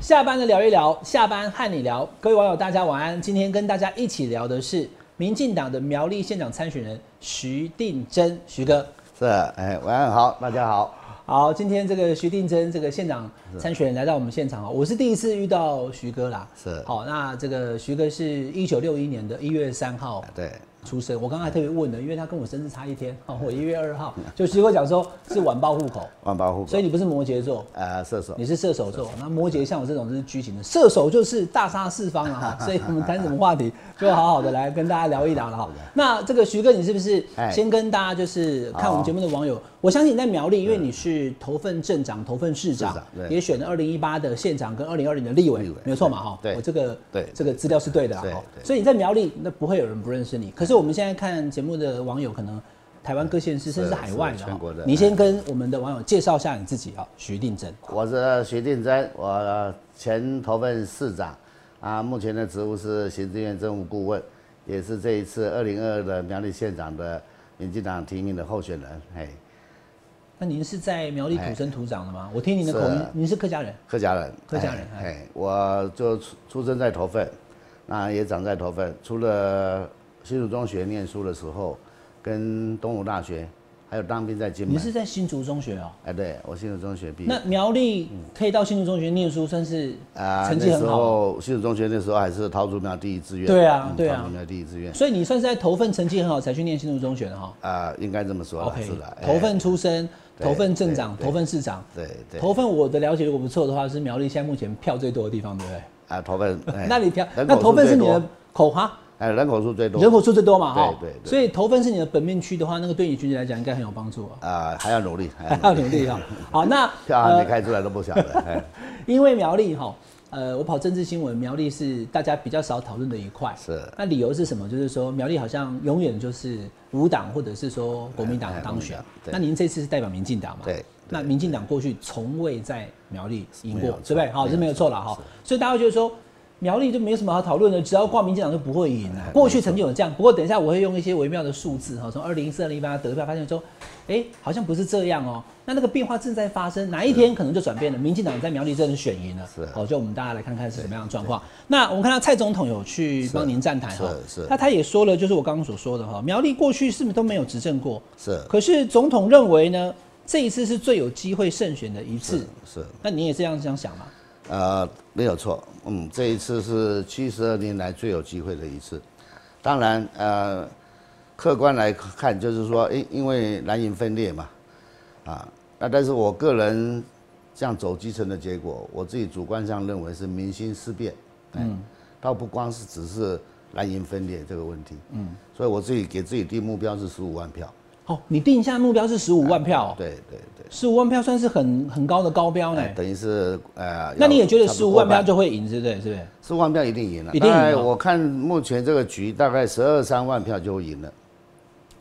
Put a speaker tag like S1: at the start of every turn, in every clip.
S1: 下班的聊一聊，下班和你聊。各位网友，大家晚安。今天跟大家一起聊的是民进党的苗栗县长参选人徐定珍，徐哥。
S2: 是，哎，晚上好，大家好。
S1: 好，今天这个徐定珍这个县长参选人来到我们现场啊，我是第一次遇到徐哥啦。
S2: 是
S1: 好，那这个徐哥是一九六一年的一月三号
S2: 对，
S1: 出生，我刚才特别问了，因为他跟我生日差一天，哦，我一月二号，就徐哥讲说是晚报户口，
S2: 万宝户口，
S1: 所以你不是摩羯座。
S2: 呃，射手
S1: 你是射手座，那摩羯像我这种就是拘谨的，射手就是大杀四方 啊，所以我们谈什么话题就好好的来跟大家聊一聊了哈。那这个徐哥，你是不是
S2: 哎
S1: 先跟大家就是看我们节目的网友，我相信你在苗栗，因为你是头份镇长、头份市长
S2: 市长，对
S1: 也选了二零一八的县长跟二零二零的立委
S2: 立委，
S1: 没有错嘛哈。
S2: 对
S1: 我这个
S2: 对
S1: 这个资料是对的啦啊
S2: 对
S1: 哈。
S2: 对
S1: 所以你在苗栗，那不会有人不认识你。可是我们现在看节目的网友，可能台湾各县市甚至
S2: 是
S1: 海外
S2: 是
S1: 的
S2: 全
S1: 哈
S2: 国的，
S1: 你先跟我们的网友介绍一下你自己啊，徐定珍。
S2: 我是徐定珍，我前头份市长，啊，目前的职务是行政院政务顾问，也是这一次二零二二的苗栗县长的民进党提名的候选人，哎，
S1: 那您是在苗栗土生土长的吗？我听您的口
S2: 是
S1: 音
S2: 啊，
S1: 您是客家人。
S2: 客家人，
S1: 客家人
S2: 哎，哎我就出出生在头份，那也长在头份。除了新竹中学念书的时候，跟东吴大学，还有当兵在金
S1: 你
S2: 门。
S1: 是在新竹中学哦、
S2: 哎，对我新竹中学毕业。
S1: 那苗栗可以到新竹中学念书，算是
S2: 啊，
S1: 成绩
S2: 那时
S1: 很好。
S2: 候新竹中学那时候还是桃竹苗第一志愿。
S1: 对啊
S2: 嗯
S1: 对啊
S2: 桃竹苗第一志愿。
S1: 所以你算是在头份成绩很好才去念新竹中学的哈、
S2: 啊，应该这么说啦
S1: OK，
S2: 是的。哎
S1: 头份出身，
S2: 对
S1: 头份镇长，
S2: 对对
S1: 头份市长。
S2: 对对。
S1: 头份我的了解如果不错的话，是苗栗现在目前票最多的地方，对不对？
S2: 啊，头 份。哎
S1: 那你票，
S2: 人
S1: 那
S2: 口
S1: 头
S2: 数
S1: 份是
S2: 最
S1: 你的
S2: 多
S1: 口哈，
S2: 哎，人口数最多。
S1: 人口数最多嘛哈。
S2: 对对对
S1: 所以头份是你的本命区的话，那个对你选举来讲应该很有帮助啊。
S2: 啊，还要努力，还
S1: 还要努力哈。好， 那呃
S2: 票还没开出来都不晓得。哎
S1: 因为苗栗哈，呃，我跑政治新闻，苗栗是大家比较少讨论的一块。
S2: 是
S1: 那理由是什么？就是说苗栗好像永远就是无党或者是说国民党
S2: 哎哎
S1: 当选
S2: 国民。党对
S1: 那您这次是代表民进党嘛？
S2: 对对
S1: 那民进党过去从未在苗栗赢
S2: 没有
S1: 过
S2: 错，
S1: 对不对？好，
S2: 没有
S1: 这没有错了哈。所以大家会觉得说。苗栗就没什么好讨论的，只要挂民进党就不会赢
S2: 哎
S1: 了。过去曾经有这样，不过等一下我会用一些微妙的数字哈，从二零一四、二零一八得票发现说，哎、好像不是这样哦、那那个变化正在发生，哪一天可能就转变了。民进党在苗栗真的选赢了，
S2: 是啊
S1: 好，就我们大家来看看是什么样的状况。那我们看到蔡总统有去帮您站台哈，
S2: 是是
S1: 那他也说了，就是我刚刚所说的哈，苗栗过去是不是都没有执政过？
S2: 是
S1: 可是总统认为呢，这一次是最有机会胜选的一次。
S2: 是，
S1: 那你也这样这样想吗？
S2: 呃，没有错，嗯，这一次是七十二年来最有机会的一次。当然，呃，客观来看，就是说，因因为蓝营分裂嘛，啊，那但是我个人这样走基层的结果，我自己主观上认为是民心思变，嗯，倒不光是只是蓝营分裂这个问题，嗯，所以我自己给自己定目标是十五万票，
S1: 哦，你定下目标是十五万票、哦，
S2: 对对对，
S1: 十五万票算是很很高的高标呢。
S2: 哎等于是呃，
S1: 那你也觉得
S2: 差不
S1: 十
S2: 多
S1: 五万
S2: 过
S1: 票
S2: 半
S1: 就会赢，是不是？是不是？
S2: 十万票一定赢了，
S1: 一定赢
S2: 大概
S1: 哦
S2: 我看目前这个局大概十二三万票就赢了。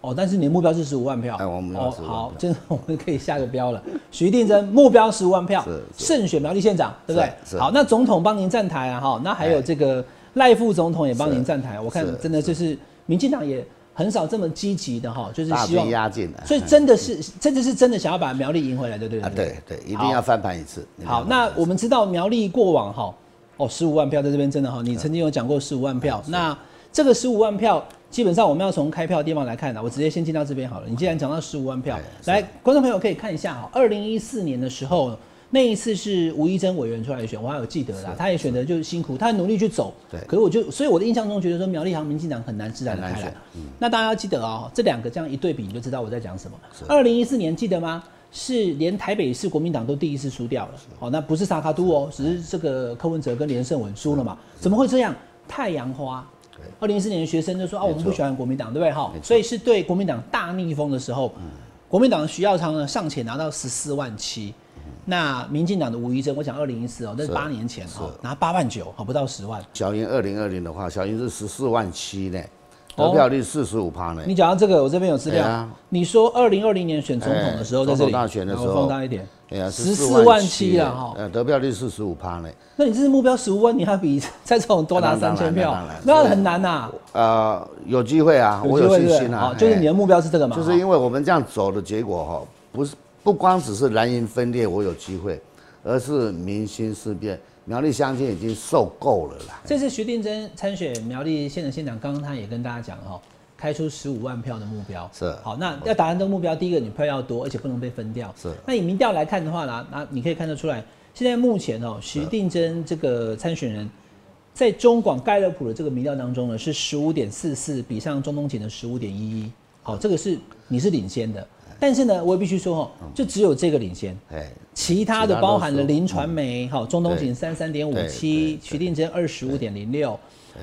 S1: 哦，但是你的目标是十五万票。
S2: 哎我们要
S1: 哦
S2: 15万
S1: 好
S2: 票，
S1: 这个我们可以下个标了。徐定珍目标十五万票
S2: 是，是
S1: 胜选苗栗县长，对不
S2: 是
S1: 对？
S2: 是
S1: 好，那总统帮您站台啊，哈，那还有
S2: 哎
S1: 这个赖副总统也帮您站台，我看
S2: 是
S1: 真的就是民进党也很少这么积极的哈，就是
S2: 大
S1: 希望
S2: 军，压境了，
S1: 所以真的是真的是真的想要把苗栗赢回来，对不对？
S2: 啊，对对，一定
S1: 好
S2: 要翻盘一次。一定要
S1: 好，
S2: 翻盘
S1: 那
S2: 一次
S1: 我们知道苗栗过往哈，哦，十五万票在这边真的哈，
S2: 嗯
S1: 你曾经有讲过十五万
S2: 哎
S1: 票，那这个十五万票基本上我们要从开票的地方来看的，我直接先进到这边好了。你既然讲到十五万票
S2: 哎，是
S1: 来，观众朋友可以看一下哈，二零一四年的时候。那一次是吴一珍委员出来选，我还有记得啦，他也选择就是辛苦，他努力去走。
S2: 对
S1: 可是我就，所以我的印象中觉得说苗栗行民进党很难施展得
S2: 很难
S1: 开来
S2: 选。
S1: 嗯那大家要记得哦，这两个这样一对比，你就知道我在讲什么。二零一四年记得吗？是连台北市国民党都第一次输掉了。哦，那不是萨卡都哦，只是这个柯文哲跟连胜文输了嘛？怎么会这样？太阳花。二零一四年的学生就说啊，我们不喜欢国民党，对不对？哈，所以是对国民党大逆风的时候，国民党的徐耀昌呢尚且拿到十四万七。那民进党的吴怡珍，我讲二零一四哦，那嗯是八年前哦，拿八万九，好不到十万。
S2: 小英二零二零的话，小英是十四万七呢，
S1: 哦
S2: 得票率四十五趴呢。
S1: 你讲到这个，我这边有资料。
S2: 对啊
S1: 你说二零二零年选总统的时候，
S2: 哎
S1: 在这里，
S2: 总统大选的时候
S1: 然后放大一点，
S2: 哎呀，
S1: 十四
S2: 14
S1: 万
S2: 7
S1: 七了
S2: 呢
S1: 哈。
S2: 呃，得票率四十五趴呢。
S1: 那你这次目标十五万，你还比 蔡总统多拿
S2: 当然
S1: 三千
S2: 当
S1: 票
S2: 然当然，
S1: 那很难呐。
S2: 呃，有机会啊，我
S1: 机
S2: 有
S1: 会对
S2: 信
S1: 不对
S2: 心啊
S1: 好。就是
S2: 哎
S1: 你的目标是这个嘛？
S2: 就是因为我们这样走的结果哈，不是不光只是蓝营分裂，我有机会，而是民心思变，苗栗乡亲已经受够了啦。
S1: 这次徐定真参选苗栗县的县长，刚刚他也跟大家讲哦，开出十五万票的目标
S2: 是
S1: 好，那要达成这个目标，第一个你票要多，而且不能被分掉
S2: 是
S1: 那以民调来看的话呢，那你可以看得出来，现在目前哦，徐定真这个参选人。在中广盖勒普的这个民调当中呢，是十五点四四，比上中东锦的十五点一一。好，这个是你是领先的，但是呢，我也必须说哦，就只有这个领先，
S2: 哎，
S1: 其他
S2: 其
S1: 的
S2: 他都
S1: 包含了
S2: 输
S1: 林传媒，好、中东锦三三点五
S2: 对
S1: 七
S2: 对，
S1: 徐定真二十五点零六，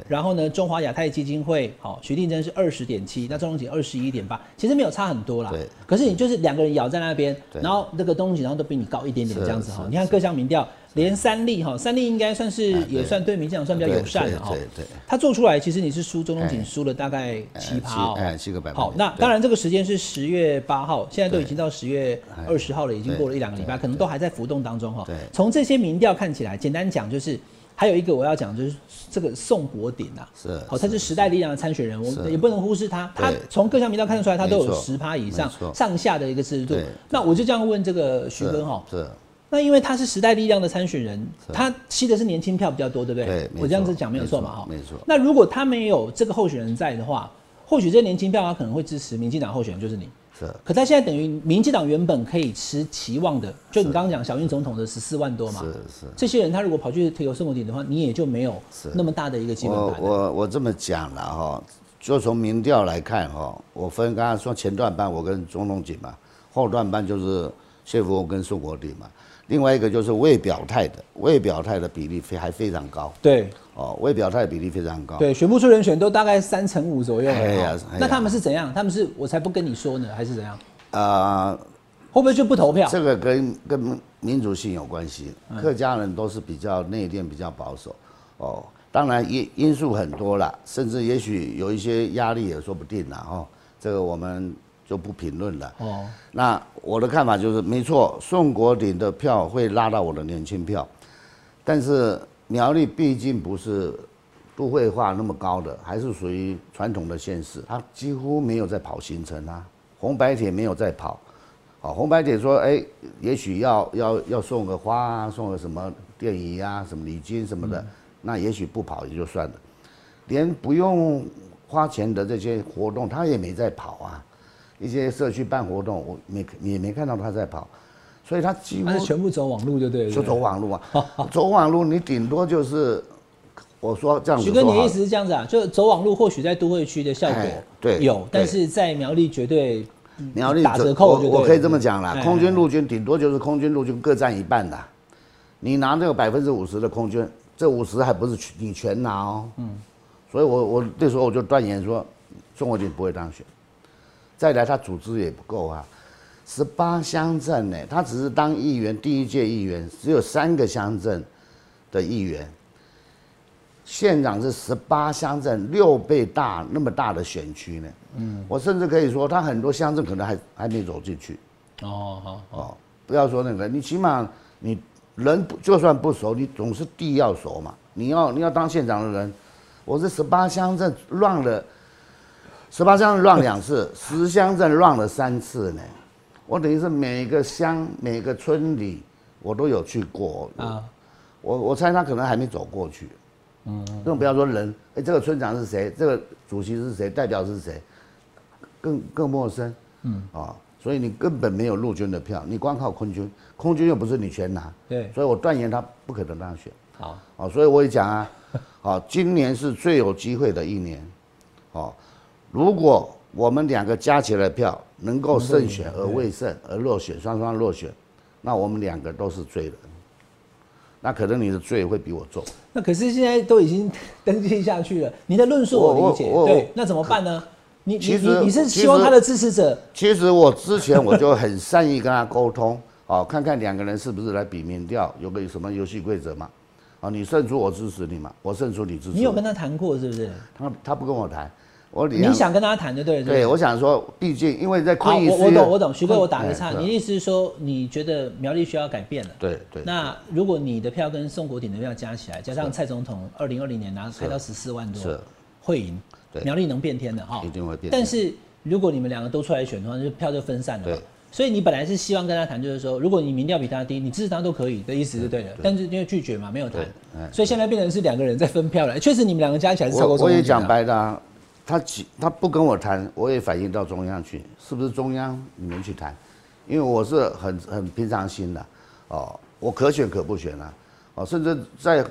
S1: 然后呢，中华亚太基金会，好、徐定真是二十点七，那中东锦二十一点八，其实没有差很多啦。
S2: 对
S1: 可是你就是两个人咬在那边，
S2: 对
S1: 然后那个东东锦然后都比你高一点点
S2: 是
S1: 这样子哈、
S2: 是啊
S1: 你看各项民调，连三立哈、三立应该算是、也算对民进党算比较友善的哈、
S2: 对对对对
S1: 他做出来其实你是输中东锦
S2: 哎
S1: 输了大概七趴哦
S2: 七哎七个百分
S1: 好，
S2: 点
S1: 那
S2: 对
S1: 当然这个时间是十月八号，现在都已
S2: 对
S1: 经到十月二十号了，已经
S2: 对
S1: 过了一两个礼拜，
S2: 对
S1: 可能都还在浮动当中哈、
S2: 对
S1: 从这些民调看起来，简单讲就是。还有一个我要讲，就是这个宋博鼎啊，
S2: 是
S1: 好，他是时代力量的参选人，我们
S2: 是
S1: 也不能忽视他。他
S2: 对
S1: 从各项民调看得出来，他都有
S2: 没错
S1: 十趴以上
S2: 没错
S1: 上下的一个制度
S2: 对。
S1: 那我就这样问这个徐根哈，
S2: 是
S1: 那因为他是时代力量的参选人，他吸的是年轻票比较多，对不对？
S2: 对没
S1: 我这样子
S2: 错
S1: 讲没有
S2: 没
S1: 错
S2: 错
S1: 嘛，哈。
S2: 没错
S1: 那如果他没有这个候选人在的话，或许这年轻票他可能会支持民进党候选人，就是你。
S2: 是
S1: 可他现在等于民进党原本可以吃期望的，就你刚刚讲小英总统的十四万多嘛，
S2: 是是。
S1: 这些人他如果跑去推有宋国鼎的话，你也就没有那么大的一个基本
S2: 我
S1: 盘了。
S2: 我我这么讲了哈，就从民调来看哈，我分刚刚说前段班我跟钟龙锦嘛，后段班就是谢福洪跟宋国鼎嘛，另外一个就是未表态的，未表态的比例非还非常高
S1: 对
S2: 哦，未表态的比例非常高。
S1: 对，选不出人选都大概三成五左右了
S2: 哎呀
S1: 哈
S2: 哎呀
S1: 那他们是怎样？他们是我才不跟你说呢，还是怎样？
S2: 啊、
S1: 会不会就不投票？
S2: 这个跟跟民族性有关系，客家人都是比较内敛、比较保守哦。当然因因素很多啦，甚至也许有一些压力也说不定啦哦。这个我们就不评论了。
S1: 哦，
S2: 那我的看法就是，没错，宋国鼎的票会拉到我的年轻票，但是苗栗毕竟不是都会化那么高的，还是属于传统的县市，它几乎没有在跑行程啊，红白铁没有在跑。哦，红白铁说，哎、也许要要要送个花啊，送个什么电影啊，什么礼金什么的，
S1: 嗯
S2: 那也许不跑也就算了，连不用花钱的这些活动他也没在跑啊。一些社区办活动，我没也没看到他在跑，所以他几乎
S1: 那是全部走网路就对了。
S2: 就
S1: 对不
S2: 走
S1: 对
S2: 网路啊，走网路你顶多就是我说这样子
S1: 徐哥，你
S2: 说
S1: 的
S2: 好
S1: 意
S2: 了，
S1: 思是这样子啊？就走网路或许在都会区的效果
S2: 哎对
S1: 有
S2: 对，
S1: 但是在苗栗绝对嗯
S2: 苗栗
S1: 打
S2: 走
S1: 折扣就对了
S2: 我我可以这么讲啦
S1: 哎，
S2: 空军陆军顶多就是空军陆军各占一半的，你拿这个百分之五十的空军，这五十还不是你全拿哦，嗯，所以我我那时候我就断言说，宋国鼎不会当选，再来他组织也不够啊。十八乡镇呢，他只是当议员，第一届议员只有三个乡镇的议员，县长是十八乡镇六倍大那么大的选区呢。嗯，我甚至可以说，他很多乡镇可能还还没走进去
S1: 哦，好，
S2: 哦。不要说那个，你起码你人不就算不熟，你总是地要熟嘛。你要你要当县长的人，我是十八乡镇乱了，十八乡镇乱两次，十乡镇乱了三次呢。我等于是每个乡每个村里我都有去过
S1: 啊，
S2: 我我猜他可能还没走过去。嗯，更不要说人，哎、这个村长是谁？这个主席是谁？代表是谁？更更陌生。嗯，啊、所以你根本没有陆军的票，你光靠空军，空军又不是你全拿。
S1: 对
S2: 所以我断言他不可能当选。
S1: 好，
S2: 哦，所以我也讲啊，好、今年是最有机会的一年，哦，如果我们两个加起来票能够胜选而未胜而落选，双双落选，那我们两个都是罪人，那可能你的罪会比我重。
S1: 那可是现在都已经 登记下去了，你的论述我理解，
S2: 我我我
S1: 对
S2: 我，
S1: 那怎么办呢？你你
S2: 其
S1: 你
S2: 实
S1: 你是
S2: 其
S1: 希望
S2: 实
S1: 他的支持者
S2: 其实我之前我就很善意跟他沟通，哦，看看两个人是不是来比民调，有个什么游戏规则嘛，啊、你胜出我支持你嘛，我胜出你支持我。
S1: 你有跟他谈过是不是？
S2: 他他不跟我谈，我
S1: 你想跟他谈就对了。
S2: 对，
S1: 不
S2: 我想说，毕竟因为在
S1: 好，
S2: 昆仪
S1: 我
S2: 是
S1: 我懂我懂，徐哥，我打个岔，
S2: 哎是
S1: 你的意思是说你觉得苗栗需要改变了？
S2: 对对，
S1: 那如果你的票跟宋国鼎的票加起来，加上蔡总统二零二零年拿开到十四万多
S2: 是，
S1: 会赢，
S2: 对
S1: 苗栗能变天的哈，
S2: 一定会变天
S1: 但是如果你们两个都出来选的话，就票就分散了嘛
S2: 对。
S1: 所以你本来是希望跟他谈，就是说，如果你民调比他低，你支持他都可以的意思是对的。但是因为拒绝嘛，没有谈，所以现在变成是两个人在分票了。确实，你们两个加起来是超
S2: 我
S1: 过
S2: 我也
S1: 中间的
S2: 讲白的、啊，他几他不跟我谈，我也反映到中央去，是不是中央你们去谈？因为我是很很平常心的，哦，我可选可不选啊，哦，甚至在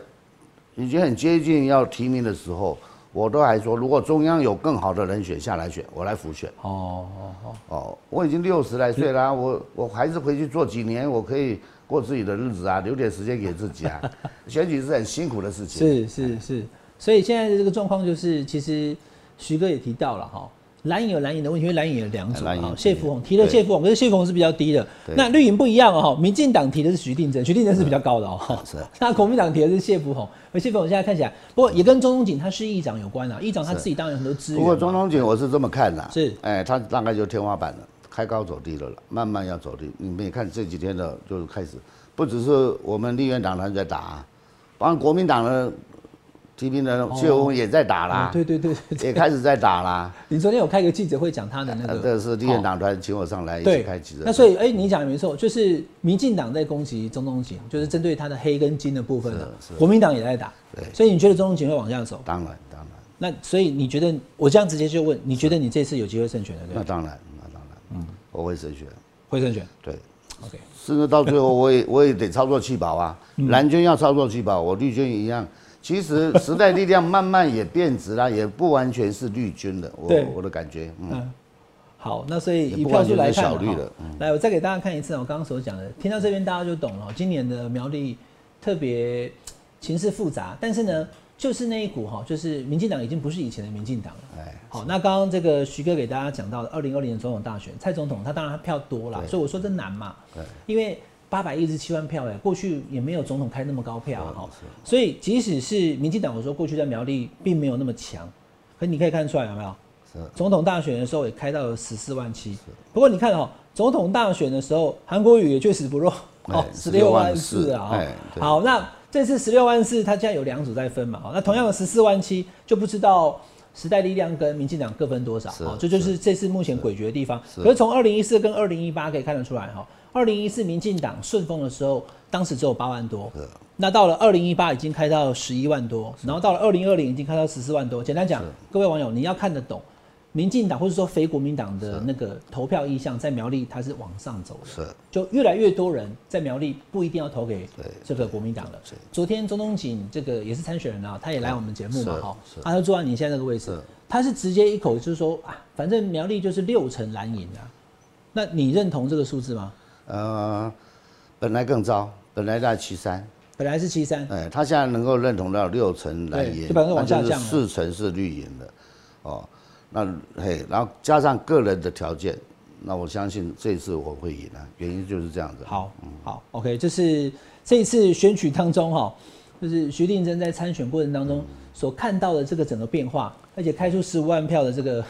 S2: 已经很接近要提名的时候，我都还说，如果中央有更好的人选下来选，我来辅选。
S1: 哦哦哦，
S2: 哦，我已经六十来岁啦、我我还是回去做几年，我可以过自己的日子啊，留点时间给 自己啊。选举是很辛苦的事
S1: 是
S2: 情，
S1: 是是。所以现在的这个状况就是，其实徐哥也提到了哈，蓝营有蓝营的问题，因为蓝营有两种
S2: 哎蓝营
S1: 啊。
S2: 对
S1: 谢福宏提了谢福宏，可是谢福宏是比较低的。
S2: 对
S1: 那绿营不一样哦，民进党提的是徐定珍，徐定珍是比较高的哦。
S2: 是
S1: 那国民党提的是谢福宏，而谢福宏现在看起来，不过也跟钟东锦他是议长有关啊，议长他自己当然有很多资源
S2: 不
S1: 嘛。
S2: 过中东锦我是这么看的、
S1: 是
S2: 哎，他大概就天花板了，开高走低了了，慢慢要走低。你们也看这几天的，就是开始，不只是我们立院党团在打、啊，包括国民党的提名的谢文也在打啦
S1: 哦，对对对对对
S2: 也开始在打啦。
S1: 你昨天有开个记者会讲他的那
S2: 呃
S1: 个，
S2: 这是立
S1: 哦
S2: 院党团请我上来一起
S1: 对
S2: 开记者会。
S1: 那所以，哎、你讲的没错，就是民进党在攻击中东锦，就是针对他的黑跟金的部分了、国民党也在打，
S2: 对
S1: 所以你觉得中东锦会往下走？
S2: 当然当然，
S1: 那所以你觉得，我这样直接就问，你觉得你这次有机会胜选的，对
S2: 那
S1: 吧？
S2: 当然那当然，嗯，我会慎选，
S1: 会胜选
S2: 对。
S1: ？OK，
S2: 甚至到最后，我也我也得操作弃保啊。
S1: 嗯
S2: 蓝军要操作弃保，我绿军一样。其实时代力量慢慢也变质啦，也不完全是绿军的。我
S1: 对
S2: 我的感觉，嗯，
S1: 嗯，好，那所以
S2: 也
S1: 以
S2: 不
S1: 票
S2: 完
S1: 数
S2: 全
S1: 来
S2: 是
S1: 看
S2: 小
S1: 嘛，
S2: 绿嗯
S1: 哈
S2: 了
S1: 来，我再给大家看一次啊我刚刚所讲的，听到这边大家就懂了。今年的苗栗特别情势复杂，但是呢，就是那一股哈，就是民进党已经不是以前的民进党了。
S2: 哎，
S1: 好，那刚刚这个徐哥给大家讲到的二零二零年总统大选，蔡总统他当然他票多啦，
S2: 对
S1: 所以我说这难嘛，因为八百一十七万票哎，过去也没有总统开那么高票啊哈、所以即使是民进党，我说过去在苗栗并没有那么强，可你可以看出来有没有？
S2: 是
S1: 总统大选的时候也开到了十四万七，不过你看哦，总统大选的时候韩国瑜也确实不弱，哦，
S2: 哎
S1: 十
S2: 16
S1: 六万
S2: 万
S1: 四啊、
S2: 哎
S1: 哦，
S2: 对
S1: 好。好，那这次十六万四，它现在有两组在分嘛，哦好，那同样
S2: 嗯
S1: 的十四万七，就不知道时代力量跟民进党各分多少，
S2: 是
S1: 好，这就是这次目前诡谲的地方。
S2: 是
S1: 可是从二零一四跟二零一八可以看得出来，哈，二零一四民进党顺风的时候，当时只有八万多
S2: 是，
S1: 那到了二零一八已经开到十一万多，然后到了二零二零已经开到十四万多。简单讲，各位网友，你要看得懂。民进党或者说非国民党的那个投票意向，在苗栗它是往上走的，
S2: 是
S1: 就越来越多人在苗栗不一定要投给这个国民党了
S2: 是。
S1: 昨天钟东锦这个也是参选人啊，他也来我们节目嘛，哈
S2: 是，是
S1: 啊他就坐在你现在这个位置
S2: 是，
S1: 他是直接一口就是说啊，反正苗栗就是六成蓝营啊，那你认同这个数字吗？
S2: 呃，本来更糟，本来在七三，
S1: 本来是七三，
S2: 哎，他现在能够认同到六成蓝
S1: 对
S2: 营，
S1: 就把它往下
S2: 那就是
S1: 降了
S2: 四成是绿营的，哦，那嘿，然后加上个人的条件，那我相信这一次我会赢啊，原因就是这样子。
S1: 好，好，OK，这是这一次选举当中哈，就是徐定珍在参选过程当中所看到的这个整个变化，而且开出十五万票的这个。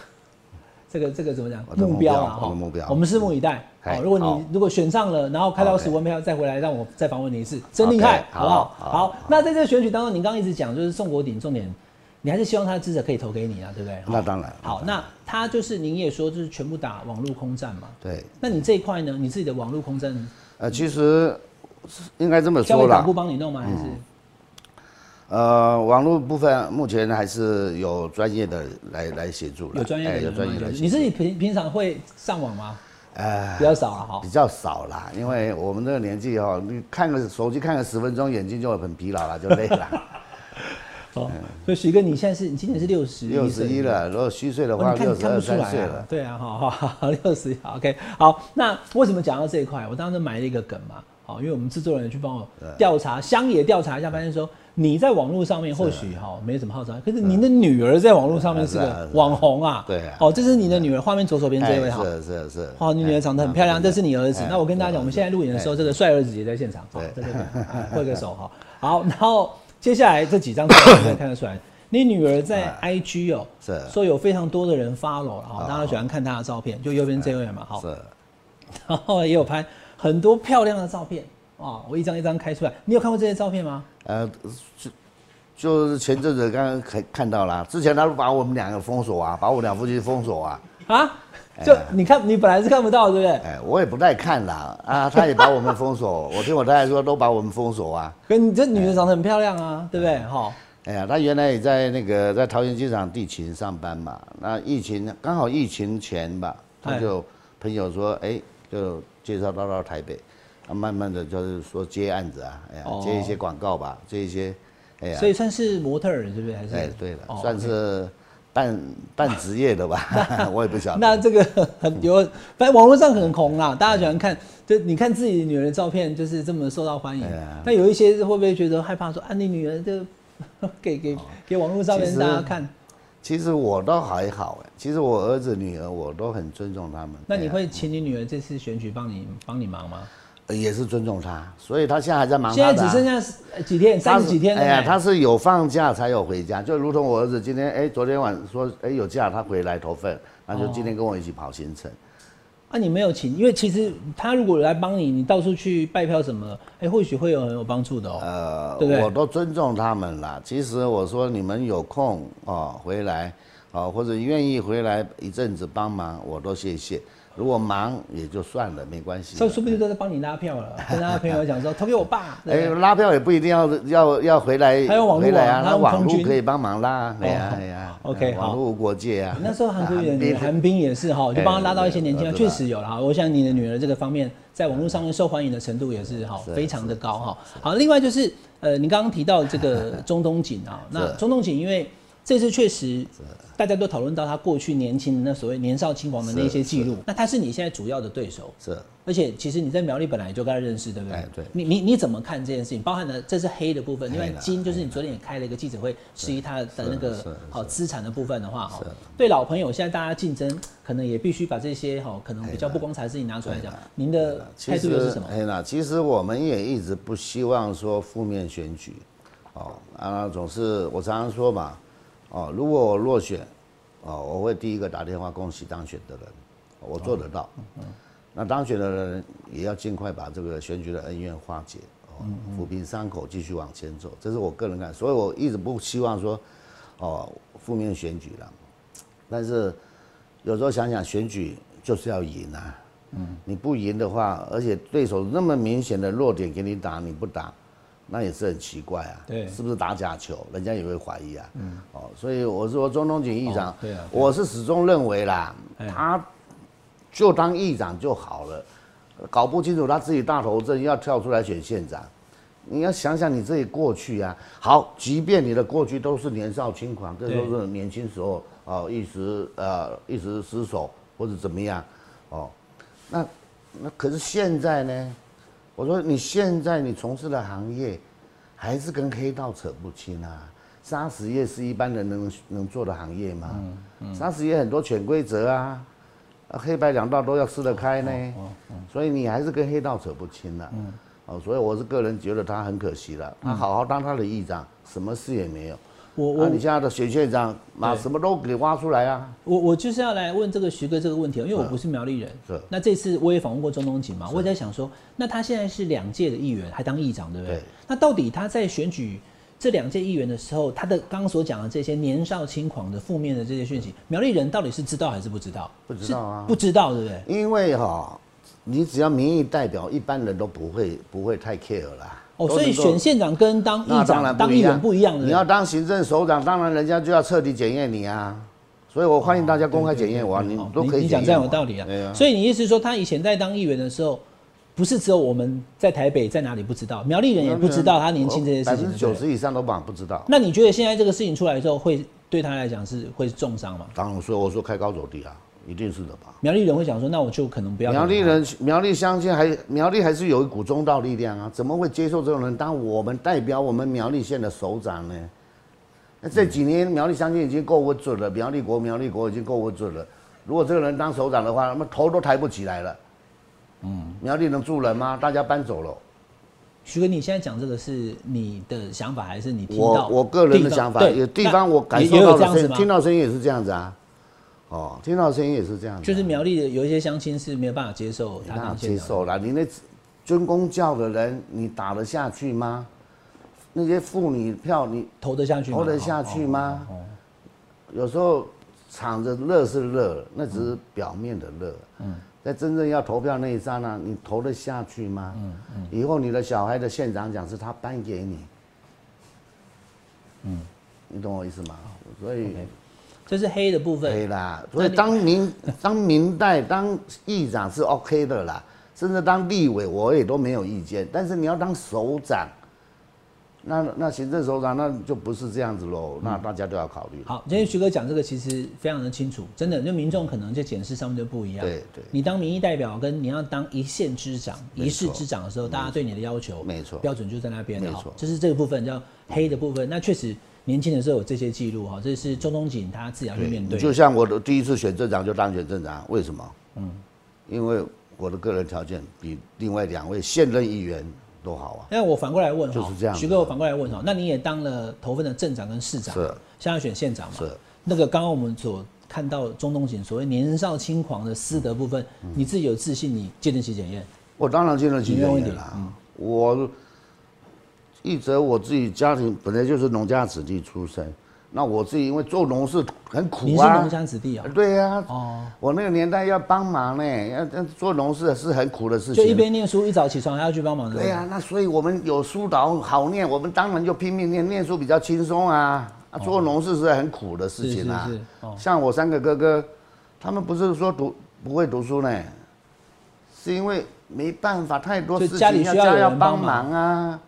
S1: 这个这个怎么讲？
S2: 我的
S1: 目
S2: 目
S1: 标
S2: 标
S1: 啊，
S2: 我
S1: 哈
S2: 的目标
S1: 我们拭目以待。
S2: 嗨
S1: 好，如果
S2: 好
S1: 你如果选上了，然后开到
S2: OK
S1: 十五万票再回来，让我再访问你一次，真厉害
S2: OK，，
S1: 好不好？
S2: 好
S1: 好，那在这个选举当中，您刚刚一直讲就是宋国鼎重点，你还是希望他的支持者可以投给你啊，对不对？
S2: 那当然
S1: 好，那他就是您也说就是全部打网络空战嘛。
S2: 对，
S1: 那你这一块呢？你自己的网络空战
S2: 呃，其实应该这么
S1: 交
S2: 说嗯
S1: 给党
S2: 啦
S1: 部，帮你弄吗？还是、
S2: 呃，网络部分目前还是有专业的来来协助啦
S1: 有专业的
S2: 哎
S1: 人
S2: 有专业
S1: 吗
S2: 来
S1: 你
S2: 协
S1: 自
S2: 助，
S1: 己平平常会上网吗？
S2: 哎嗯
S1: 比较少啊了哈
S2: 比。较少啦，因为我们这个年纪哦，你看个手机看个十分钟，眼睛就很疲劳了，就累了。
S1: 哦，所以徐哥，你现在是你今年是六十，
S2: 六十一，了，如果虚岁的
S1: 哦
S2: 话，
S1: 你看
S2: 六
S1: 你
S2: 十
S1: 看
S2: 二
S1: 不出来
S2: 三岁
S1: 啊
S2: 了。。
S1: 对啊，好好好， 六十，OK，好。那为什么讲到这一块？我当时埋了一个梗嘛，好，因为我们制作人去帮我
S2: 嗯
S1: 调查，乡野调查一下，发现说你在网络上面或许哈没什么号召，可是您的女儿在网络上面是
S2: 嗯 是啊
S1: 个
S2: 是啊
S1: 网红啊。
S2: 对啊
S1: 哦，这是你的女儿，画面左手边这
S2: 哎
S1: 位哈。
S2: 是是是。
S1: 哇，哦你女儿长得很漂亮，这是你儿子
S2: 哎。
S1: 那我跟大家讲，我们现在录影的时候，这个帅儿子也在现场，好
S2: 对
S1: 在这边哎挥个手哈。好，然后接下来这几张照片可以看得出 来，你女儿在 IG 哦，
S2: 哎是哦
S1: 说有非常多的人 follow 了哈，大家喜欢看她的照片，就右边这位嘛，好，
S2: 哎是
S1: 然后也有拍很多漂亮的照片啊，我一张一张开出来，你有看过这些照片吗？
S2: 呃，就就是前阵子刚刚看看到了，之前他把我们两个封锁啊，把我两夫妻封锁啊，
S1: 啊？就你看，你本来是看不到，对不对？
S2: 哎，我也不耐看啦，啊，他也把我们封锁，我听我太太说都把我们封锁啊。
S1: 可你这女的长得很漂亮啊，对不对？哈，
S2: 哎呀，他原来也在那个在桃园机场地勤上班嘛。那疫情刚好疫情前吧，他
S1: 哎
S2: 就朋友说，哎，就介绍到到台北，啊，慢慢的就是说接案子啊，哎呀，
S1: 哦
S2: 接一些广告吧，接一些，哎呀
S1: 所，以算是模特儿，对不对？还是
S2: 哎，对了，
S1: 哦
S2: 算是半半职业的 吧， 我也不晓
S1: 那
S2: 得。
S1: 这个很有，反正网络上很红啦，大家喜欢看。就你看自己女儿的照片，就是这么受到欢迎
S2: 哎呀。
S1: 那有一些会不会觉得害怕说啊，你女儿就 给给给网络上面
S2: 哦其实
S1: 大家看？
S2: 其实我倒还好，哎，其实我儿子女儿我都很尊重他们。
S1: 那你
S2: 哎呀
S1: 会请你女儿这次选举帮你帮你忙吗？
S2: 哎也是尊重他，所以他现在还在忙
S1: 现
S2: 他
S1: 在
S2: 的啊、
S1: 只剩下呃几天，
S2: 他
S1: 三十几天了
S2: 哎
S1: 呢。
S2: 呀，他是有放假才有回家，就如同我儿子今天，哎，昨天晚说，哎，有假他回来投份，那就今天跟我一起跑行程。
S1: 啊，你没有请，因为其实他如果来帮你，你到处去拜票什么的，哎、或许会有很有帮助的哦、
S2: 呃，
S1: 对不对
S2: 我都尊重他们啦。其实我说你们有空哦回来，哦或者愿意回来一阵子帮忙，我都谢谢。如果忙也就算了，没关系
S1: 所。以说不定都在帮你拉票 了，跟他朋友讲说投给我爸。
S2: 哎
S1: 对，不对
S2: 拉票也不一定要要要回来，
S1: 还有网络啊
S2: 回来啊，
S1: 还有
S2: 那网
S1: 空
S2: 络
S1: 军
S2: 可以帮忙拉啊，哎呀
S1: 哦
S2: 哎呀
S1: OK，
S2: 哎网
S1: 好
S2: 络无国界啊。
S1: 那时候韩国
S2: 啊
S1: 瑜的女儿韩冰也 是哈，就帮他拉到一些年轻人，
S2: 哎
S1: 确实有了哈。我想你的女儿这个方面，在网络上面受欢迎的程度也是哈，非常的高哈。好，另外就是呃，您刚刚提到这 个中东锦啊，那中东锦因为这次确实大家都讨论到他过去年轻的那所谓年少轻狂的那些记录，那他是你现在主要的对手，
S2: 是。
S1: 而且其实你在苗栗本来就跟他认识，对不对？
S2: 哎对
S1: 你你你怎么看这件事情？包含了这是黑的部分，另外
S2: 黑的
S1: 金就是你昨天也开了一个记者会，质疑他的那
S2: 是是
S1: 个好资产的部分的话，哈，对老朋友现在大家竞争，可能也必须把这些哈可能比较不光彩的事情拿出来讲。您的态
S2: 其
S1: 度
S2: 实
S1: 又是什么？
S2: 哎那其实我们也一直不希望说负面选举，哦啊，总是我常常说嘛，哦，如果我落选，哦，我会第一个打电话恭喜当选的人，我做得
S1: 哦
S2: 到。
S1: 嗯
S2: 那当选的人也要尽快把这个选举的恩怨化解，哦，
S1: 嗯
S2: 抚平伤口，继续往前走，这是我个人看，所以我一直不希望说，哦，负面选举了，但是有时候想想选举就是要赢啊。你不赢的话，而且对手那么明显的弱点给你打，你不打，那也是很奇怪啊。
S1: 对
S2: 是不是打假球？人家也会怀疑啊。嗯，哦，所以我说中东锦议长，
S1: 哦对啊对
S2: 我是始终认为啦，
S1: 哎
S2: 他就当议长就好了，搞不清楚他自己大头阵要跳出来选县长。你要想想你自己过去啊，好，即便你的过去都是年少轻狂，这
S1: 对
S2: 都是年轻时候哦，一时呃一时失手或者怎么样，哦，那那可是现在呢？我说你现在你从事的行业，还是跟黑道扯不清啊。砂石业是一般人能能做的行业吗？砂石业很多潜规则啊，啊黑白两道都要吃得开呢。
S1: 哦
S2: 所以你还是跟黑道扯不清了、
S1: 嗯
S2: 哦，所以我是个人觉得他很可惜了。他好好当他的议长，什么事也没有。
S1: 我
S2: 啊
S1: 我
S2: 你现在的选县长，把
S1: 对
S2: 什么都给挖出来啊。
S1: 我我就是要来问这个徐哥这个问题哦，因为我不是苗栗人。
S2: 嗯是
S1: 那这次我也访问过中东锦嘛，我也在想说，那他现在是两届的议员，还当议长，对不对？
S2: 对
S1: 那到底他在选举这两届议员的时候，他的刚刚所讲的这些年少轻狂的负面的这些讯息，苗栗人到底是知道还是不知道？
S2: 嗯不知道啊
S1: 是不知道，对不对？
S2: 因为哈、你只要民意代表，一般人都不会不会太 care 啦。
S1: 哦，
S2: 都
S1: 所以
S2: 能够
S1: 选县长跟当
S2: 那
S1: 议
S2: 当
S1: 长、
S2: 然
S1: 当
S2: 一
S1: 议员不一样的。对不
S2: 你
S1: 对
S2: 要当行政首长，当然人家就要彻底检验你啊。所以我欢迎大家公开检验我啊，你
S1: 哦
S2: 都可以
S1: 你讲
S2: 检
S1: 这
S2: 验
S1: 样
S2: 我
S1: 有道理啊
S2: 对。啊，
S1: 所以你意思是说，他以前在当议员的时候，不是只有我们在台北在哪里不知道，苗栗人也不知道他年轻这些
S2: 百
S1: 事情。
S2: 分之
S1: 对不
S2: 九
S1: 对
S2: 十以上都不知道。
S1: 那你觉得现在这个事情出来之后，会对他来讲是会重伤吗？
S2: 当然，所以我说开高走低啊，一定是的吧。
S1: 苗栗人会想说，那我就可能不要
S2: 苗栗
S1: 投他
S2: 人，苗栗乡亲还苗栗还是有一股中道力量啊，怎么会接受这种人当我们代表我们苗栗县的首长呢？那这几年苗栗乡亲已经够温准了，苗栗国苗栗国已经够温准了。如果这个人当首长的话，那么头都抬不起来了。嗯，苗栗能住人吗？大家搬走了。
S1: 徐哥，你现在讲这个是你的想法，还是你听
S2: 我
S1: 到
S2: 我个人的想法，有地方我感受到
S1: 的
S2: 的声音，听
S1: 吗？
S2: 到声音也是这样子啊。哦，听到声音也是这样子啊、
S1: 就是苗栗的有一些乡亲是没有办法接受他
S2: 那
S1: 当县
S2: 接
S1: 长。
S2: 受啦，你那军工教的人，你打得下去吗？那些妇女票，你
S1: 投得下去吗？
S2: 投得下去吗
S1: 哦？哦哦
S2: 有时候场子热是热，那只是表面的热。嗯，在真正要投票那一刹那，你投得下去吗？嗯嗯，以后你的小孩的县长奖是他颁给你。嗯，你懂我意思吗？
S1: 哦
S2: 所以。
S1: 这是黑的部分。
S2: 对啦，所以当明 当明代当议长是 OK 的啦，甚至当立委我也都没有意见。但是你要当首长，那那行政首长那就不是这样子喽，那大家都要考虑。
S1: 嗯好，今天徐哥讲这个其实非常的清楚，真的，就民众可能在检视上面就不一样。
S2: 对对
S1: 你当民意代表跟你要当一县之长、
S2: 没
S1: 一市
S2: 错
S1: 之长的时候，大家对你的要求，
S2: 没错
S1: 标准就在那边。
S2: 没
S1: 好
S2: 错
S1: 这是这个部分叫黑的部分。那确实年轻的时候有这些记录哈，这是周东锦他自己要去面对。
S2: 就像我的第一次选镇长就当选镇长，为什么？嗯，因为我的个人条件比另外两位现任议员都好啊。
S1: 那我反过来问哈，
S2: 就是这样子
S1: 徐哥，我反过来问哈，那你也当了头份的镇长跟市长，
S2: 是
S1: 现在选县长嘛？
S2: 是。
S1: 那个刚刚我们所看到中东锦所谓年少轻狂的私德部分，
S2: 嗯
S1: 你自己有自信，你经得起检验？
S2: 我当然进了行
S1: 你
S2: 政
S1: 没有问
S2: 院
S1: 题嗯
S2: 啦。我一则我自己家庭本来就是农家子弟出身，那我自己因为做农事很
S1: 你
S2: 苦
S1: 是
S2: 啊。呃
S1: 农家子弟啊、
S2: 对呀、
S1: 哦
S2: 我那个年代要帮忙呢，要要做农事是很苦的事
S1: 就一
S2: 情。
S1: 边念书，一早起床还要去帮忙的。
S2: 对啊呀、那所以我们有疏导好念，我们当然就拼命念，念书比较轻松啊。啊，做农事是很苦的事情啊。
S1: 哦是是是哦
S2: 像我三个哥哥，他们不是说读不会读书呢，是因为没办法，太多
S1: 就
S2: 事情
S1: 家里需要有
S2: 家要
S1: 人
S2: 帮
S1: 帮忙
S2: 忙啊。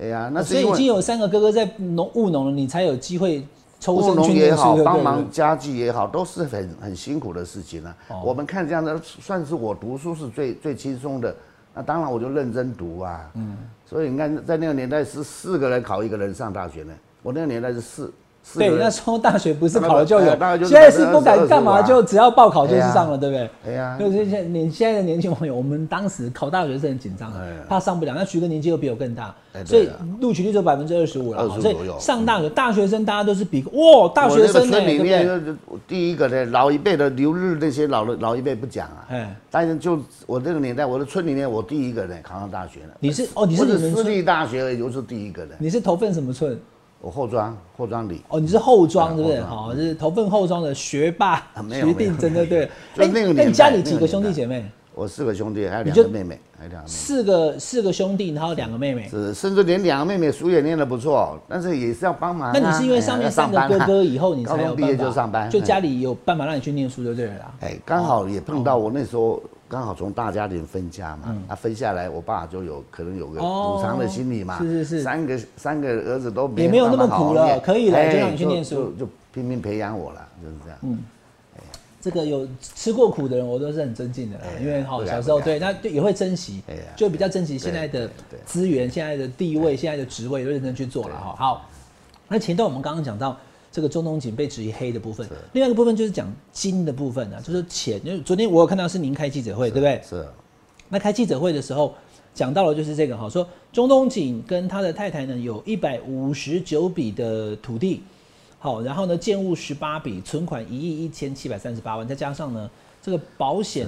S2: 哎呀，那
S1: 哦
S2: 是
S1: 所以
S2: 因
S1: 已经
S2: 为
S1: 有三个哥哥在农务农了，你才有机会抽
S2: 务
S1: 身去
S2: 哦农也
S1: 念
S2: 好
S1: 书，，对不
S2: 帮
S1: 对哦
S2: 忙家计也好，都是很很辛苦的事情啊。我们看这样的，算是我读书是最最轻松的。那当然我就认真读啊。嗯。所以你看，在那个年代是四个人考一个人上大学呢。我那个年代是四四个
S1: 对，
S2: 人。
S1: 那时候大学不是考了就有，
S2: 那个那个就是
S1: 现在是不敢干
S2: 25
S1: 嘛，
S2: 啊
S1: 就只要报考就是
S2: 哎呀
S1: 上了，对不对？
S2: 哎呀
S1: 就是现在年现在的年轻网友，我们当时考大学是很紧张的
S2: 哎呀，
S1: 怕上不了。那徐哥年纪又比我更大，
S2: 哎对啊
S1: 所以录取率就百分之二十五了。
S2: 25
S1: 所以
S2: 左右
S1: 上大学，大学生大家都是比哇，大学
S2: 嗯我
S1: 生呢，
S2: 那个村
S1: 对
S2: 里
S1: 不
S2: 面
S1: 对？
S2: 就是第一个呢，老一辈的留日那些老的老一辈不讲啊。
S1: 哎
S2: 但是就我这个年代，我的村里面我第一个呢考上大学了。
S1: 你是哦，你是
S2: 我
S1: 你
S2: 是
S1: 们
S2: 私
S1: 村，
S2: 立大学而已，我是第一个的。
S1: 你是头份什么村？
S2: 我后庄后庄里。
S1: 哦，你是后庄，对不对？
S2: 啊后庄
S1: 好，就是头份后庄的学霸
S2: 啊没有
S1: 徐定真，对不对？哎
S2: 没有没有就那个年代
S1: 你家里
S2: 那
S1: 几
S2: 个
S1: 个
S2: 年
S1: 兄弟
S2: 代
S1: 姐妹？
S2: 我四个兄弟，还有
S1: 你
S2: 两
S1: 就
S2: 个妹妹，还有两个妹
S1: 四个四个兄弟，然后两个妹妹
S2: 妹，。是甚至连两个妹妹书也念得不错，但是也是要帮忙啊、
S1: 那你是因为上面三个哥哥以后，你才
S2: 哎
S1: 有
S2: 要上班啊高
S1: 办
S2: 中毕
S1: 法
S2: 业就上班，
S1: 就家
S2: 哎
S1: 里有办法让你去念书就对了啦。
S2: 哎，刚好也碰到我那时候刚好从大家庭分家嘛，啊分下来，我爸就有可能有个
S1: 嗯哦
S2: 补偿的心理嘛，
S1: 是是是
S2: 三个三个儿子都没
S1: 也没有那么
S2: 办法好好
S1: 苦了
S2: 念
S1: 可以了
S2: 哎
S1: 就让你去
S2: 就
S1: 念书
S2: 就就拼命培养我了，就是这样。嗯，
S1: 这个有吃过苦的人，我都是很尊敬的啦，因为哈
S2: 哎不敢
S1: 小时候
S2: 不
S1: 对，
S2: 敢
S1: 那就也会珍惜
S2: 哎呀，
S1: 就比较珍惜现在的
S2: 对对对哎
S1: 资源、现在的地位、现在的职位，就认真去做了哈。好，那前段我们刚刚讲到这个中东锦被质疑黑的部分，另外一个部分就是讲金的部分啊，就是钱，因为昨天我有看到是您开记者会，对不对？
S2: 是
S1: 那开记者会的时候讲到了就是这个哈，说中东锦跟他的太太呢有一百五十九笔的土地，好，然后呢建物十八笔，存款一亿一千七百三十八万，再加上呢这个保险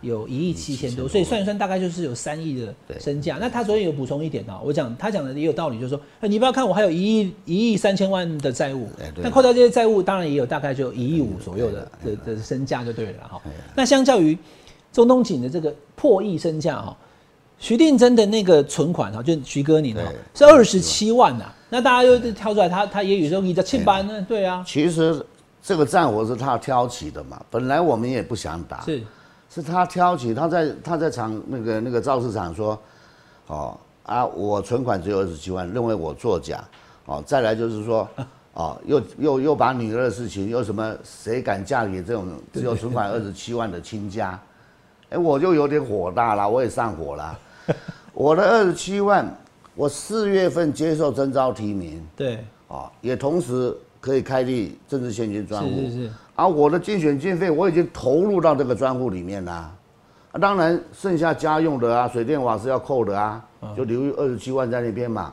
S1: 有一亿七千多，所以算一算大概就是有三亿的身价。那他昨天有补充一点啊，我讲他讲的也有道理，就是说，呃你不要看我还有一亿一亿三千万的债务
S2: 哎，对
S1: 那扣掉这些债务，当然也有大概就一亿五左右的的的的身价就哎对了哎啦哈。那相较于中东锦的这个破亿身价哈，徐定真的那个存款哈，就是徐哥您哈
S2: 对
S1: 是二十七万呐、那大家又挑出来他，他也有时候你在庆班呢，对啊，
S2: 其实这个战火是他挑起的嘛，本来我们也不想打，
S1: 是
S2: 是他挑起，他在他在厂那个那个造市场说，哦啊，我存款只有二十七万，认为我作假，哦，再来就是说，哦，又又又把女儿的事情，又什么谁敢嫁给这种只有存款二十七万的亲家？哎、我就有点火大了，我也上火了，我的二十七万，我四月份接受征召提名，
S1: 对，
S2: 啊，也同时可以开立政治现金专户。
S1: 是是是
S2: 啊，我的竞选经费我已经投入到这个专户里面啦、啊当然，剩下家用的啊，水电瓦是要扣的啊，
S1: 嗯
S2: 就留二十七万在那边嘛，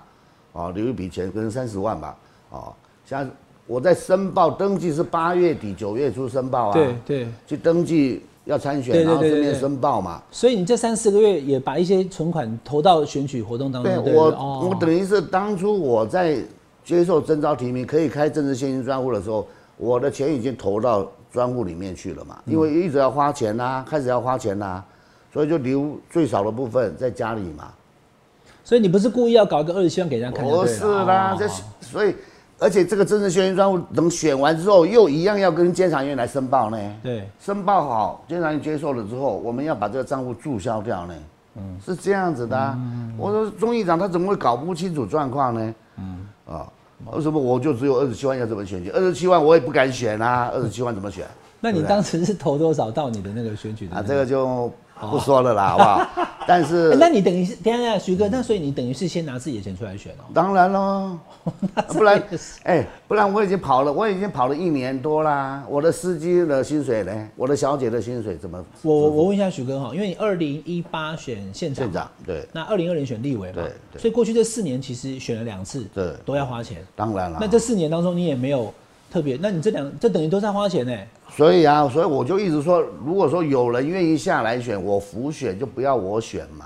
S2: 啊，留一笔钱，可能三十万吧，啊，像我在申报登记是八月底九月初申报啊，
S1: 对对，
S2: 去登记要参选，
S1: 对对
S2: 然后
S1: 对对
S2: 顺便
S1: 对
S2: 申报嘛，
S1: 所以你这三四个月也把一些存款投到选举活动当中，对
S2: 对
S1: 不对
S2: 我，
S1: 哦
S2: 我等于是当初我在接受征召提名，可以开政治现金专户的时候，我的钱已经投到专户里面去了嘛，
S1: 嗯
S2: 因为一直要花钱呐、开始要花钱呐、啊所以就留最少的部分在家里嘛。
S1: 所以你不是故意要搞一个二十七万给人家看就
S2: 不
S1: 对了？
S2: 是啦，
S1: 哦
S2: 这所以而且这个政治宣言专户等选完之后，又一样要跟监察院来申报呢。
S1: 对，
S2: 申报好，监察院接受了之后，我们要把这个账户注销掉呢。嗯，是这样子的啊、
S1: 嗯
S2: 我说钟议长他怎么会搞不清楚状况呢？嗯，啊、为什么我就只有二十七万要怎么选举？二十七万我也不敢选啊，二十七万怎么选？
S1: 那你
S2: 对不对
S1: 当时是投多少到你的那个选举的那
S2: 啊，
S1: 个？
S2: 这个就不说了
S1: 哦
S2: 啦，好不 好？但是
S1: 哎那你等于是，等一下徐哥，那所以你等于是先拿自己的钱出来选哦。
S2: 当 然喽，不然
S1: 这个是，
S2: 哎、不然我已经跑了，我已经跑了一年多啦。我的司机的薪水呢？我的小姐的薪水怎么？
S1: 我我我问一下徐哥哈，因为你二零一八选县长
S2: 嗯
S1: 嘛，
S2: 县长对，
S1: 那二零二零选立委嘛
S2: 对，对
S1: 所以过去这四年其实选了两次，
S2: 对啊
S1: 都要花钱。
S2: 当然了。
S1: 那这四年当中你也没有特别，那你这两这等于都在花钱呢。
S2: 所以啊，所以我就一直说，如果说有人愿意下来选，我浮选就不要我选嘛。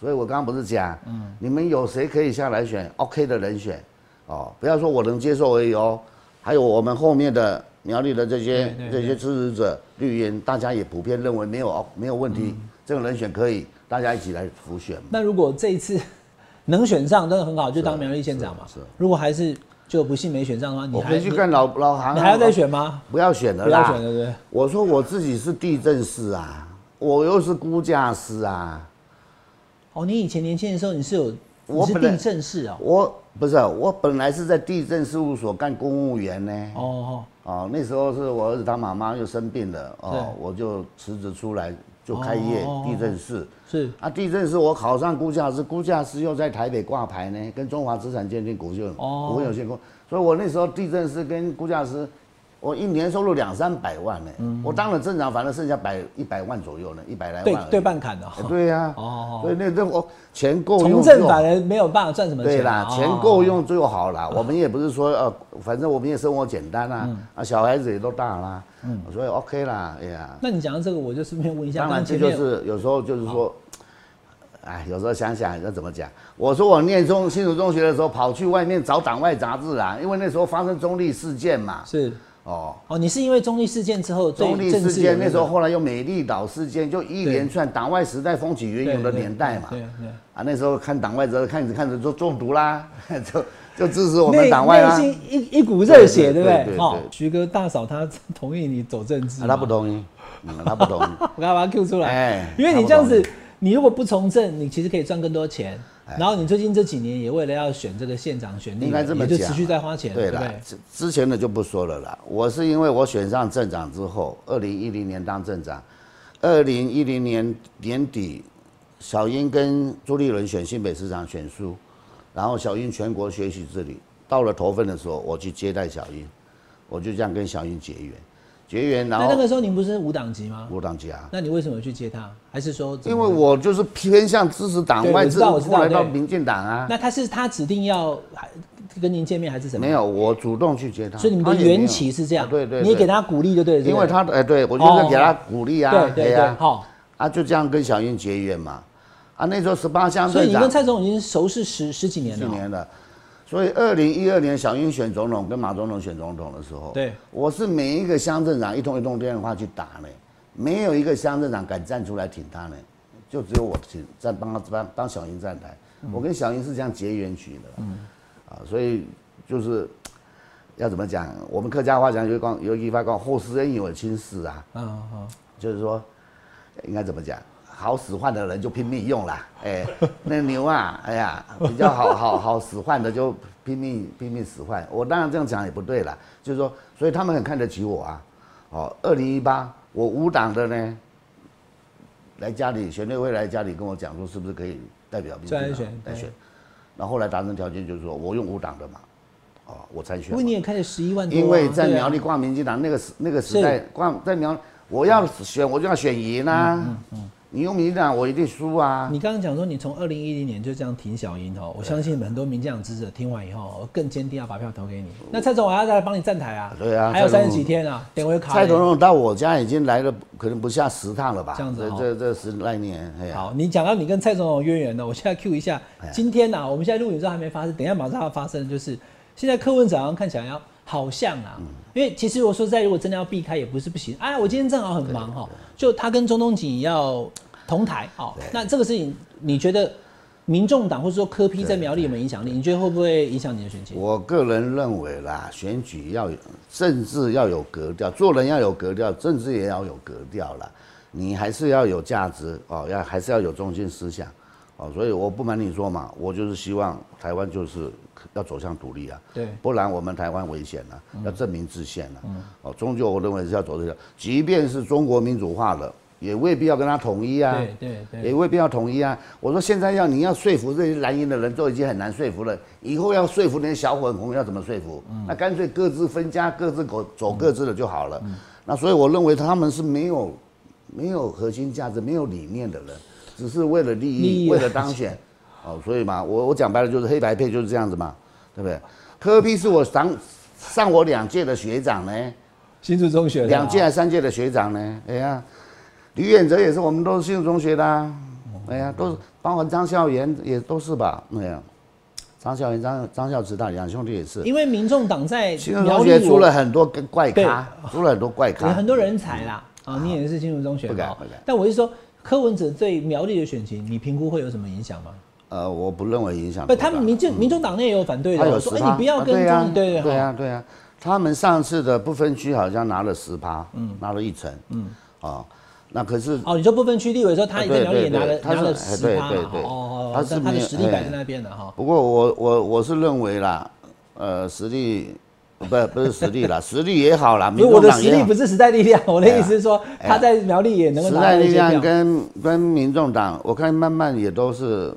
S2: 所以我刚刚不是讲，嗯，你们有谁可以下来选？OK 的人选，哦，不要说我能接受而已哦。还有我们后面的苗栗的这些
S1: 对对
S2: 这些支持者绿营，大家也普遍认为没有没有问题，这种人选可以，大家一起来浮选嘛。
S1: 嗯那如果这一次 能选上，真的很好，就当苗栗县长嘛。
S2: 是是
S1: 如果还是就不幸没选上的话，你
S2: 我
S1: 还
S2: 回去看老老韩，
S1: 你还要再选吗？
S2: 不要选了
S1: 不
S2: 啦，
S1: 要选了，对不对？
S2: 我说我自己是地震师啊，我又是估价师啊。
S1: 哦，你以前年轻的时候你是有你
S2: 我
S1: 是
S2: 本来
S1: 地震室哦。
S2: 我不是，我本来是在地震事务所干公务员呢。
S1: 哦哦，
S2: 哦，那时候是我儿子他妈妈又生病了，哦
S1: 对，
S2: 我就辞职出来，就开业
S1: 哦
S2: 地震室。
S1: 是
S2: 啊，地震室我考上估价师，估价师又在台北挂牌呢，跟中华资产鉴定股份
S1: 哦
S2: 股份有限公司。所以我那时候地震师跟估价师，我一年收入两三百万呢。
S1: 嗯
S2: 我当了镇长，反正剩下百一百万左右呢，一百来万
S1: 对
S2: 而已。
S1: 对半砍哦
S2: 哎。对呀、
S1: 哦
S2: 所以那那我钱够用
S1: 从
S2: 就
S1: 政反而没有办法赚什么钱啊。
S2: 对啦，
S1: 哦嗯
S2: 钱够。用就好啦。我们也不是说呃，反正我们也生活简单啦，啊，小孩子也都大啦，所以 OK 啦，哎呀，
S1: 嗯那你讲到这个，我就顺便问一下，
S2: 当然
S1: 刚
S2: 这
S1: 前
S2: 就
S1: 面哦
S2: 是有时候就是说，哎，有时候想想要怎么讲。我说我念中新竹中学的时候，跑去外面找党外杂志啦，因为那时候发生中立事件嘛，
S1: 是
S2: 哦，
S1: 哦，你是因为中立事件之后对
S2: 中立
S1: 政
S2: 事
S1: 治有
S2: 件
S1: 个
S2: 那时候，后来又美丽岛事件，就一连串党外时代风起云涌的年代嘛，
S1: 对对对
S2: 啊，那时候看党外之后，看着看着就中毒啦， 就就支持我
S1: 内
S2: 们党外啦、啊
S1: 内心一一股热血，对
S2: 对
S1: 不
S2: 对对
S1: 对？
S2: 对
S1: 哦
S2: 对，
S1: 徐哥大嫂她同意你走政治吗，
S2: 啊他不同意，嗯，他不同 意。
S1: 我刚刚把他 Q 出来
S2: 哎，
S1: 因为你这样
S2: 他
S1: 子
S2: 不，哎
S1: 你如果不从政，你其实可以赚更多钱。然后你最近这几年也为了要选这个县长、选立委，
S2: 应该这么
S1: 也
S2: 讲，啊
S1: 就持续在花钱，对
S2: 对
S1: 不
S2: 啦
S1: 对？
S2: 之之前的就不说了啦。我是因为我选上镇长之后，二零一零年当镇长，二零一零年年底，小英跟朱立伦选新北市长选书，然后小英全国学习之旅，到了投份的时候，我去接待小英，我就这样跟小英结缘，结缘，然
S1: 那那
S2: 后
S1: 个时候您不是无党籍吗？
S2: 我当家。
S1: 那你为什么去接他？还是说怎
S2: 啊因
S1: 么
S2: 为我就是偏向支持党
S1: 对
S2: 外，
S1: 我知道我知道
S2: 后来到
S1: 对
S2: 民进党啊，
S1: 那他是他指定要还跟您见面还是怎么？
S2: 没，有，我主动去接他，
S1: 所以你们
S2: 啊他
S1: 的
S2: 也没有
S1: 缘起是这样
S2: 啊。对对，
S1: 你也给
S2: 对
S1: 他鼓励就对了，
S2: 因为他哎，对我就
S1: 哦
S2: 是给他鼓励
S1: 对
S2: 啊，
S1: 不对对对
S2: 哎
S1: 对，
S2: 呀
S1: 好。
S2: 啊，就这样跟小英结缘嘛。啊，那时候十八乡
S1: 所以你
S2: 队
S1: 跟
S2: 长
S1: 蔡总已经熟识十十几年
S2: 去
S1: 了哦，
S2: 年了，所以二零一二年小英选总统跟马总统选总统的时候，
S1: 对，
S2: 我是每一个乡镇长一通一通电话去打呢，没有一个乡镇长敢站出来挺他呢，就只有我挺站帮他帮帮小英站台。
S1: 嗯
S2: 我跟小英是这样结缘起的，嗯，啊，所以就是。要怎么讲？我们客家话讲有一讲有一句话讲“后世恩有亲事”啊，
S1: 嗯嗯，
S2: 就是说，呃应该怎么讲？好使唤的人就拼命用啦，哎、那牛啊，哎呀，比较好好 好使唤的就拼命拼命使唤。我当然这样讲也不对啦，就是说，所以他们很看得起我啊。哦，二零一八我无党的呢，来家里选内会来家里跟我讲说，是不是可以代表民进
S1: 再
S2: 党
S1: 来选
S2: 来
S1: 对
S2: 选？然后后来达成条件就是说我用无党的嘛，哦，我参选
S1: 不
S2: 嘛。
S1: 过你也开了十一万多啊，
S2: 因为在
S1: 对啊
S2: 苗栗挂民进党那个时那个时代挂在苗，我要选我就要选赢啊！你用民进党我一定输啊！
S1: 嗯你刚刚讲说你从二零一零年就这样挺小英哦，我相信很多民进党支持者听完以后哦更坚定要把票投给你。那蔡总还要再来帮你站台啊？
S2: 嗯对啊
S1: 还有
S2: 蔡
S1: 三十
S2: 总
S1: 几天啊，点回卡。
S2: 蔡总统到我家已经来了，可能不下十趟了吧？
S1: 这样子哦
S2: 这这这十来年，哎呀，
S1: 好，你讲到你跟蔡总统渊源呢，我现在 Q 一下，今天呐、啊，我们现在录影之后还没发生，等一下马上要发生的就是，现在柯文哲好像看起来要好像啊，因因为其实我说实在，如果真的要避开也不是不行。哎，我今天正好很忙哈，就他跟中东锦要同台哦。那这个事情，你觉得民众党或者说柯批在苗栗有没有影响力？你觉得会不会影响你的选情？
S2: 我个人认为啦，选举要有政治要有格调，做人要有格调，政治也要有格调啦。你还是要有价值哦，要还是要有中心思想哦。所以我不瞒你说嘛，我就是希望台湾就是要走向独立啊，
S1: 对，嗯
S2: 不然我们台湾危险了、啊要证明自宪了、哦，终究我认为是要走这条，即便是中国民主化了，也未必要跟他统一啊。
S1: 对对对
S2: 也未必要统一啊。我说现在要你要啊说服这些蓝营的人都已经很难说服了，以后要说服那些小粉红要怎么说服？
S1: 嗯
S2: 那干脆各自分家，各自走走各自的就好
S1: 嗯
S2: 了。那所以我认为他们是没有没有核心价值、没有理念的人，只是为了利
S1: 利
S2: 益、
S1: 益啊
S2: 为了当选。哦，所以嘛，我我讲白了就是黑白配就是这样子嘛，对不对？柯比是我上上我两届的学长呢。
S1: 新竹中学的啊
S2: 两届还三届的学长呢？哎呀，李远哲也是我们都是新竹中学的、啊，哎呀，都是包括张孝元也都是吧？哎呀，张孝元、张张孝慈他两兄弟也是。
S1: 因为民众党在
S2: 新竹
S1: 苗
S2: 中
S1: 栗
S2: 学
S1: 我
S2: 出了很多个怪咖，出了很多怪
S1: 有
S2: 咖
S1: 很。多人才啦。啊，你也是新竹中学
S2: 嗯不敢
S1: 嘛
S2: 不敢
S1: 哦但我是说，柯文哲对苗栗的选情，你评估会有什么影响吗？
S2: 呃，我不认为影响
S1: 不，
S2: 多
S1: 他
S2: 大。
S1: 们民进民众党内也有反对
S2: 他
S1: 的
S2: 有
S1: 哦，
S2: 十
S1: 说
S2: 趴，
S1: 哎，你不要跟
S2: 对
S1: 中
S2: 呀
S1: 立，对
S2: 对
S1: 哈
S2: 呀对呀，他们上次的不分区好像拿了十趴，嗯，拿了一成，嗯，哦，那可是
S1: 哦，你说不分区立委的时候，他也在
S2: 对
S1: 苗栗也
S2: 对
S1: 拿了
S2: 对他
S1: 拿
S2: 是
S1: 了
S2: 哎
S1: 十
S2: 对
S1: 趴
S2: 对
S1: 嘛，
S2: 对
S1: 哦，
S2: 他
S1: 哦
S2: 是
S1: 但他的
S2: 没有
S1: 实力摆
S2: 哎
S1: 在那边的哈。
S2: 不过我我我是认为啦，呃，实力不不是实力啦， 实力也好啦，
S1: 因为
S2: 民
S1: 我
S2: 众
S1: 的
S2: 党
S1: 实
S2: 也
S1: 力
S2: 好
S1: 不，是时代力量，我的意思是说他在苗栗也能够
S2: 啊哎时
S1: 拿到
S2: 代
S1: 一
S2: 力
S1: 些
S2: 量
S1: 票。
S2: 跟跟民众党，我看慢慢也都是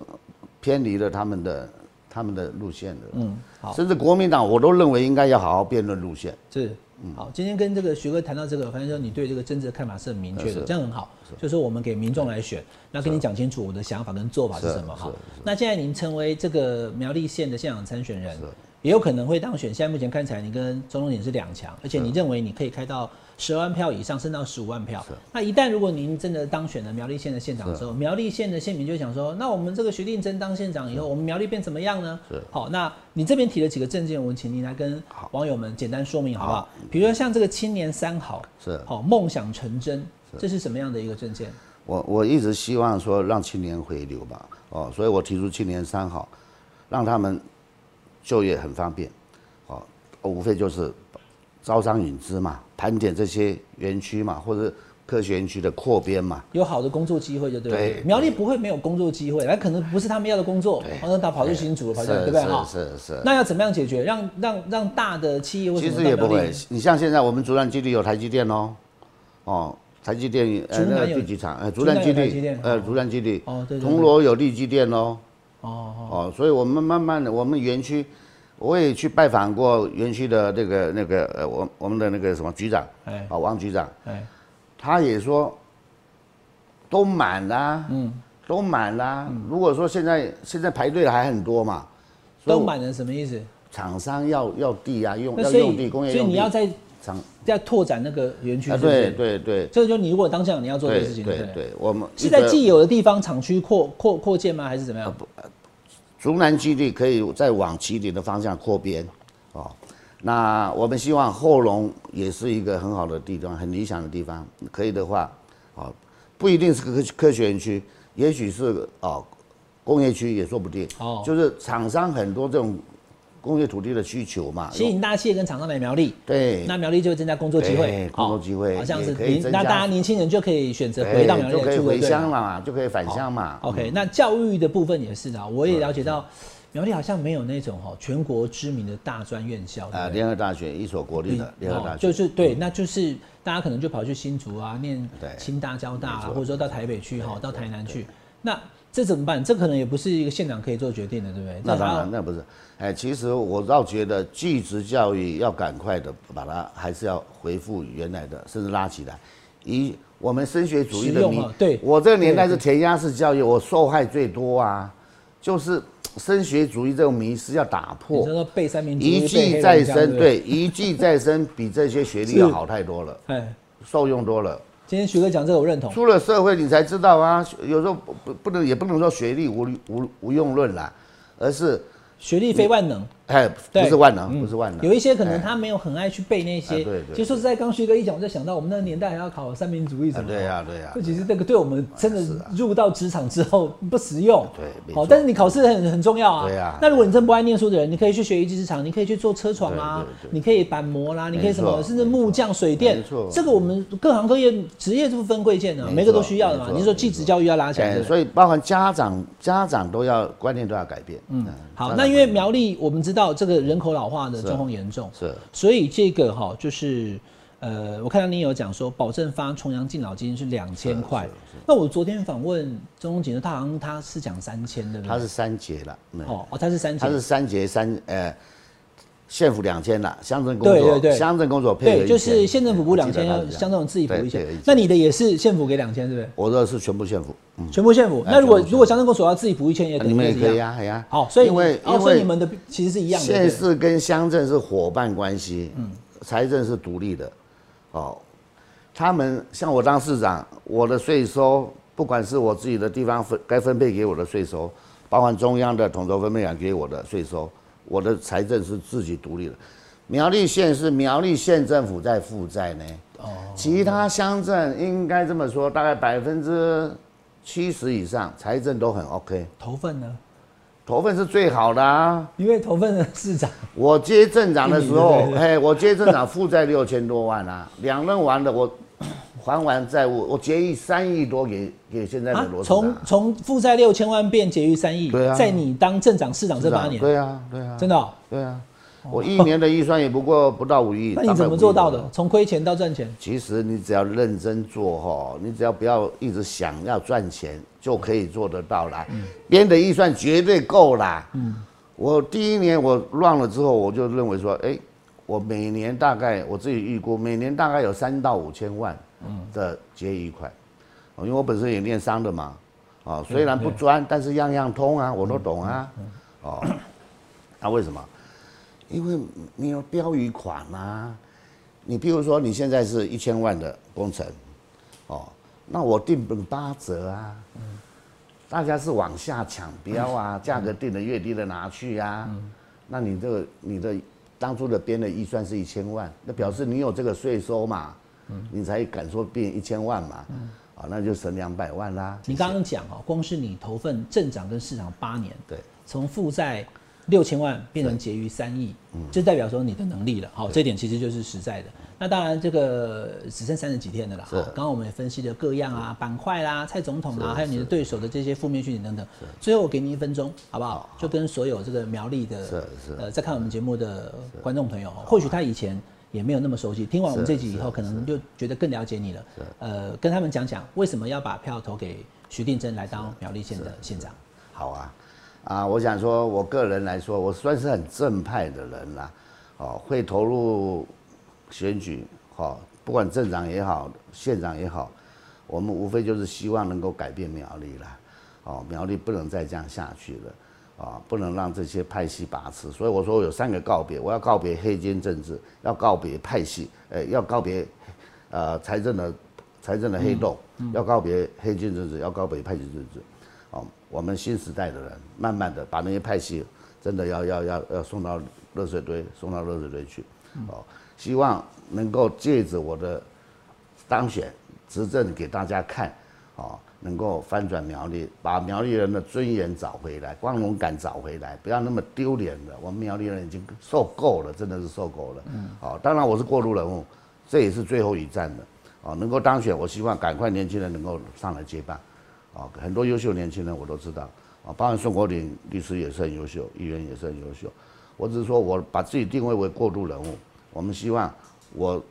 S2: 偏离了他们的他们的路线的，嗯，
S1: 好
S2: 甚至国民党我都认为应该要好好辩论路线，
S1: 是，
S2: 嗯
S1: 好，今天跟这个徐哥谈到这个，反正说你对这个政治的看法是很明确的，
S2: 是
S1: 这样很好，就是我们给民众来选，那跟你讲清楚我的想法跟做法是
S2: 是
S1: 什么哈
S2: 是。
S1: 那现在您成为这个苗栗县的县长参选人，也有可能会当选。现在目前看起来，你跟钟东锦是两强，而且你认为你可以开到十万票以上，升到十五万票。那一旦如果您真的当选了苗栗县的县长之后，苗栗县的县民就想说，那我们这个徐定真当县长以后，我们苗栗变怎么样呢？好，那你这边提了几个证件，我们请您来跟网友们简单说明好不好？比如说像这个青年三好，
S2: 是
S1: 好梦想成真，这是什么样的一个证件？
S2: 我我一直希望说让青年回流吧，哦，所以我提出青年三好，让他们就业很方便，哦，无非就是招商引资嘛，盘点这些园区嘛，或者科学园区的扩编嘛，
S1: 有好的工作机会就对了。
S2: 对
S1: 苗栗不会没有工作机会，那可能不是他们要的工作，然后他跑去新竹了，跑去对不对哈？
S2: 是是是。
S1: 那要怎么样解决？让让让大的企业或什
S2: 其
S1: 么
S2: 实也
S1: 到
S2: 不
S1: 苗栗
S2: 会，你像现在我们竹南基地有台积电哦，哦，台积电呃
S1: 竹南
S2: 那个
S1: 有
S2: 第几厂？呃，
S1: 竹
S2: 竹
S1: 南
S2: 南基
S1: 有台积
S2: 地
S1: 电，
S2: 呃，竹南基地
S1: 哦对对对，
S2: 铜锣有利基电哦。
S1: 哦，
S2: 哦，所以我们慢慢的，我们园区，我也去拜访过园区的那个那个呃，我我们的那个什么局长，
S1: 哎
S2: 啊、王局长，
S1: 哎，
S2: 他也说，都满啦、嗯，都满啦、
S1: 嗯
S2: 如果说现在现在排队的还很多嘛，所以
S1: 都满了什么意思？
S2: 厂商要要地啊，用
S1: 那
S2: 要
S1: 所
S2: 用
S1: 以
S2: 地，工业
S1: 所以
S2: 用
S1: 你
S2: 地，
S1: 要在
S2: 厂
S1: 在拓展那个园区，
S2: 啊，
S1: 是不是
S2: 对对对
S1: 这个就你如果当下你要做的事
S2: 对
S1: 情，
S2: 对
S1: 不对？
S2: 对，我们
S1: 是
S2: 一
S1: 在
S2: 个
S1: 既有的地方厂区扩扩扩建吗？还是怎么
S2: 啊
S1: 样？
S2: 竹南基地可以再往起点的方向扩编，哦，那我们希望后龙也是一个很好的地方，很理想的地方。可以的话，哦，不一定是科科学园区，也许是哦工业区也说不定。
S1: 哦
S2: 就是厂商很多这种工业土地的需求嘛。
S1: 吸引大企业跟厂商来苗栗，
S2: 对，
S1: 那苗栗就会增加工作机会
S2: 对，
S1: 好
S2: 工作机会
S1: 好像是
S2: 也可以
S1: 年
S2: 增加
S1: 那大家年轻人就可以选择
S2: 对
S1: 回到苗栗
S2: 哎就
S1: 来
S2: 可以
S1: 住，对
S2: 回
S1: 不对
S2: 乡了嘛，就可以返乡嘛。
S1: OK，那教育的部分也是的，我也了解到，苗栗好像没有那种哈全国知名的大专院校，
S2: 啊，
S1: 对
S2: 联合大学一所国立
S1: 不对
S2: 的联合大
S1: 哦
S2: 学，
S1: 就是对，那就是大家可能就跑去新竹啊，念
S2: 嗯对
S1: 清大、交大啊，或者说到台北去哈，到台南去，那这怎么办？这可能也不是一个县长可以做决定的，对不对？
S2: 那
S1: 这还
S2: 当
S1: 要
S2: 然，那不是。哎，其实我倒觉得，技职教育要赶快的把它，还是要恢复原来的，甚至拉起来。以我们升学主义
S1: 实
S2: 的
S1: 用
S2: 迷
S1: 啊，对
S2: 我这个年代
S1: 对
S2: 是填鸭式教育，我受害最多啊，就是升学主义这种迷失要打
S1: 你
S2: 破
S1: 说，说背三民主义
S2: 一
S1: 背
S2: 技
S1: 黑
S2: 在
S1: 人家
S2: 身，
S1: 对
S2: 对，一技在身比这些学历要好太多了，
S1: 不对。哎，
S2: 受用多了。
S1: 今天徐哥讲这个我认同，
S2: 出了社会你才知道啊，有时候不不不能也不能说学历无无无用论啦，而是
S1: 学历非万能，
S2: 哎，不是
S1: 对嗯
S2: 万能，不是万能，
S1: 有一些可能
S2: 哎
S1: 他没有很爱去背那些。
S2: 啊对对
S1: 其实说实在，刚旭哥一讲，我就想到我们那个年代还要考三民主义什
S2: 啊
S1: 么的。
S2: 对呀，对呀
S1: 这，其实这个对我们真的入到职场之后不实用，
S2: 哎啊对没
S1: 好，
S2: 错
S1: 但是你考试很很重要啊。
S2: 对啊
S1: 那如果你真不爱念书的人，你可以去学一技之长，你可以去做车床啊
S2: 对对，对
S1: 你可以板模啦，你可以什
S2: 没
S1: 么，
S2: 错
S1: 甚至木匠、水电
S2: 没错，
S1: 这个我们各行各业职业不分贵贱的，
S2: 没错
S1: 每个都需要的嘛
S2: 没。错
S1: 你说继职教育要拉起来，
S2: 哎
S1: 对不对
S2: 所以包含家长，家长都要观念都要改变。嗯，
S1: 好，
S2: 家长
S1: 那因为苗栗我们知道这个人口老化的状况严重，
S2: 是
S1: 所以这个哈、就是呃，我看到你有讲说保证发重阳敬老金是两千块，那我昨天访问中央警察，他好像他是讲三千，对不
S2: 它
S1: 对？
S2: 是三节了，嗯
S1: 哦哦，他是三
S2: 它
S1: 千
S2: 是，三节三呃，县府两千了，乡镇工
S1: 对
S2: 作
S1: 对对
S2: 乡镇工作配
S1: 对，
S2: 合
S1: 就
S2: 1000
S1: 是县政府补
S2: 我记
S1: 两
S2: 得
S1: 千
S2: 它是，这样
S1: 乡政府自己补
S2: 对
S1: 一千
S2: 对，
S1: 那你的也是县府给两千，对不对？
S2: 我的是全部县府，嗯
S1: 全部县府。
S2: 哎
S1: 那如果
S2: 全部县府
S1: 如果乡政公所要自己补一千，也可以
S2: 你们也
S1: 是
S2: 可以
S1: 一样。
S2: 啊，哎呀，
S1: 好，所以
S2: 因为
S1: 哦
S2: 因
S1: 所以你
S2: 为
S1: 们的其实是一样的。对
S2: 县
S1: 不对
S2: 市跟乡镇是伙伴关系，嗯，财政是独立的，哦，他们像我当市长，我的税收不管是我自己的地方分该分配给我的税收，包含中央的统筹分配奖给我的税收，我的财政是自己独立的。苗栗县是苗栗县政府在负债呢，哦，其他乡镇应该这么说，大概百分之七十以上财政都很 OK，
S1: 头份呢？
S2: 头份是最好的啊。
S1: 因为头份的市长
S2: 我接镇长的时
S1: 一
S2: 候
S1: 米，
S2: 哎，我接镇长负债六千多万啊， 两任完了，我 还完债务，我结余三亿多给给现在的
S1: 啊
S2: 罗，市长
S1: 从从负债六千万变结余三亿，
S2: 对啊
S1: 在你当镇长、市长这
S2: 市
S1: 八
S2: 长
S1: 年，
S2: 对啊，对啊，
S1: 真的哦、
S2: 对啊，我一年的预算也不过不到五亿，
S1: 那你
S2: 大概
S1: 怎
S2: 五
S1: 么
S2: 亿
S1: 做到
S2: 左
S1: 的
S2: 右？？
S1: 从亏钱到赚钱，
S2: 其实你只要认真做哈，你只要不要一直想要赚钱，就可以做得到啦。编的预算绝对够啦。嗯，我第一年我乱了之后，我就认为说，哎、我每年大概我自己预估，每年大概有三到五千万的结余款，哦因为我本身也念商的嘛，哦，虽然不专，但是样样通啊，我都懂啊，哦，那为什么？因为你有标语款啊，你譬如说你现在是一千万的工程，哦，那我定本八折啊，大家是往下抢标啊，价格定的越低的拿去啊，
S1: 嗯
S2: 那你这个你的当初的编的预算是一千万，那表示你有这个税收嘛，
S1: 嗯
S2: 你才敢说变一千万嘛，啊，那就省两百万啦。
S1: 你刚刚讲哦，光是你头份镇长跟市长八年，
S2: 对，
S1: 从负债六千万变成结余三亿，
S2: 嗯
S1: 就代表说你的能力了。好，这点其实就是实在的。那当然，这个只剩三十几天的了啦。
S2: 是
S1: 好刚刚我们也分析了各样啊、板块啦、蔡总统啊，还有你的对手的这些负面讯息等等。最后我给你一分钟，好不好？就跟所有这个苗栗的
S2: 是是
S1: 呃在看我们节目的观众朋友，或许他以前。也没有那么熟悉，听完我们这集以后，可能就觉得更了解你了。呃，跟他们讲讲为什么要把票投给徐定真来当苗栗县的县长。
S2: 好啊，啊，我想说，我个人来说，我算是很正派的人啦，哦，会投入选举，哦，不管镇长也好，县长也好，我们无非就是希望能够改变苗栗啦，哦，苗栗不能再这样下去了。啊、不能让这些派系把持，所以我说我有三个告别，我要告别黑金政治，要告别派系，呃，要告别，呃，财政的财政的黑洞，要告别黑金政治，要告别派系政治。哦，我们新时代的人，慢慢的把那些派系真的要要要要送到热水堆，送到热水堆去。哦，希望能够借着我的当选执政给大家看，哦，能够翻转苗栗，把苗栗人的尊严找回来，光荣感找回来，不要那么丢脸了。我们苗栗人已经受够了，真的是受够了。嗯，哦，当然我是过路人物，这也是最后一站了。哦，能够当选，我希望赶快年轻人能够上来接棒。哦，很多优秀年轻人我都知道，啊，包含宋国鼎律师也是很优秀，议员也是很优秀。我只是说我把自己定位为过渡人物，我们希望我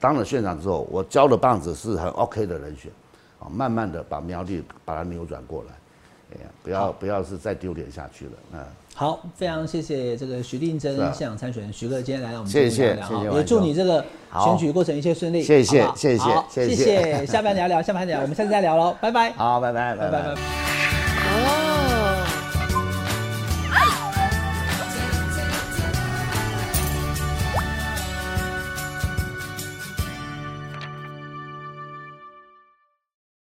S2: 当了县长之后，我交的棒子是很 OK 的人选，啊，慢慢的把苗栗把它扭转过来，哎呀，不要不要是再丢脸下去了，嗯。
S1: 好，非常谢谢这个徐定真
S2: 是啊
S1: 县长参选人徐哥今天来到我们节
S2: 谢
S1: 目聊
S2: 谢
S1: 聊
S2: 谢谢
S1: 哈，
S2: 王
S1: 也祝
S2: 总
S1: 你这个
S2: 好
S1: 选举过程一切顺利，
S2: 谢谢
S1: 好不好
S2: 谢谢
S1: 好
S2: 谢
S1: 谢
S2: 谢
S1: 谢，下班聊聊，下班聊，我们下次再聊喽，拜拜，
S2: 好，拜拜，
S1: 拜拜。拜拜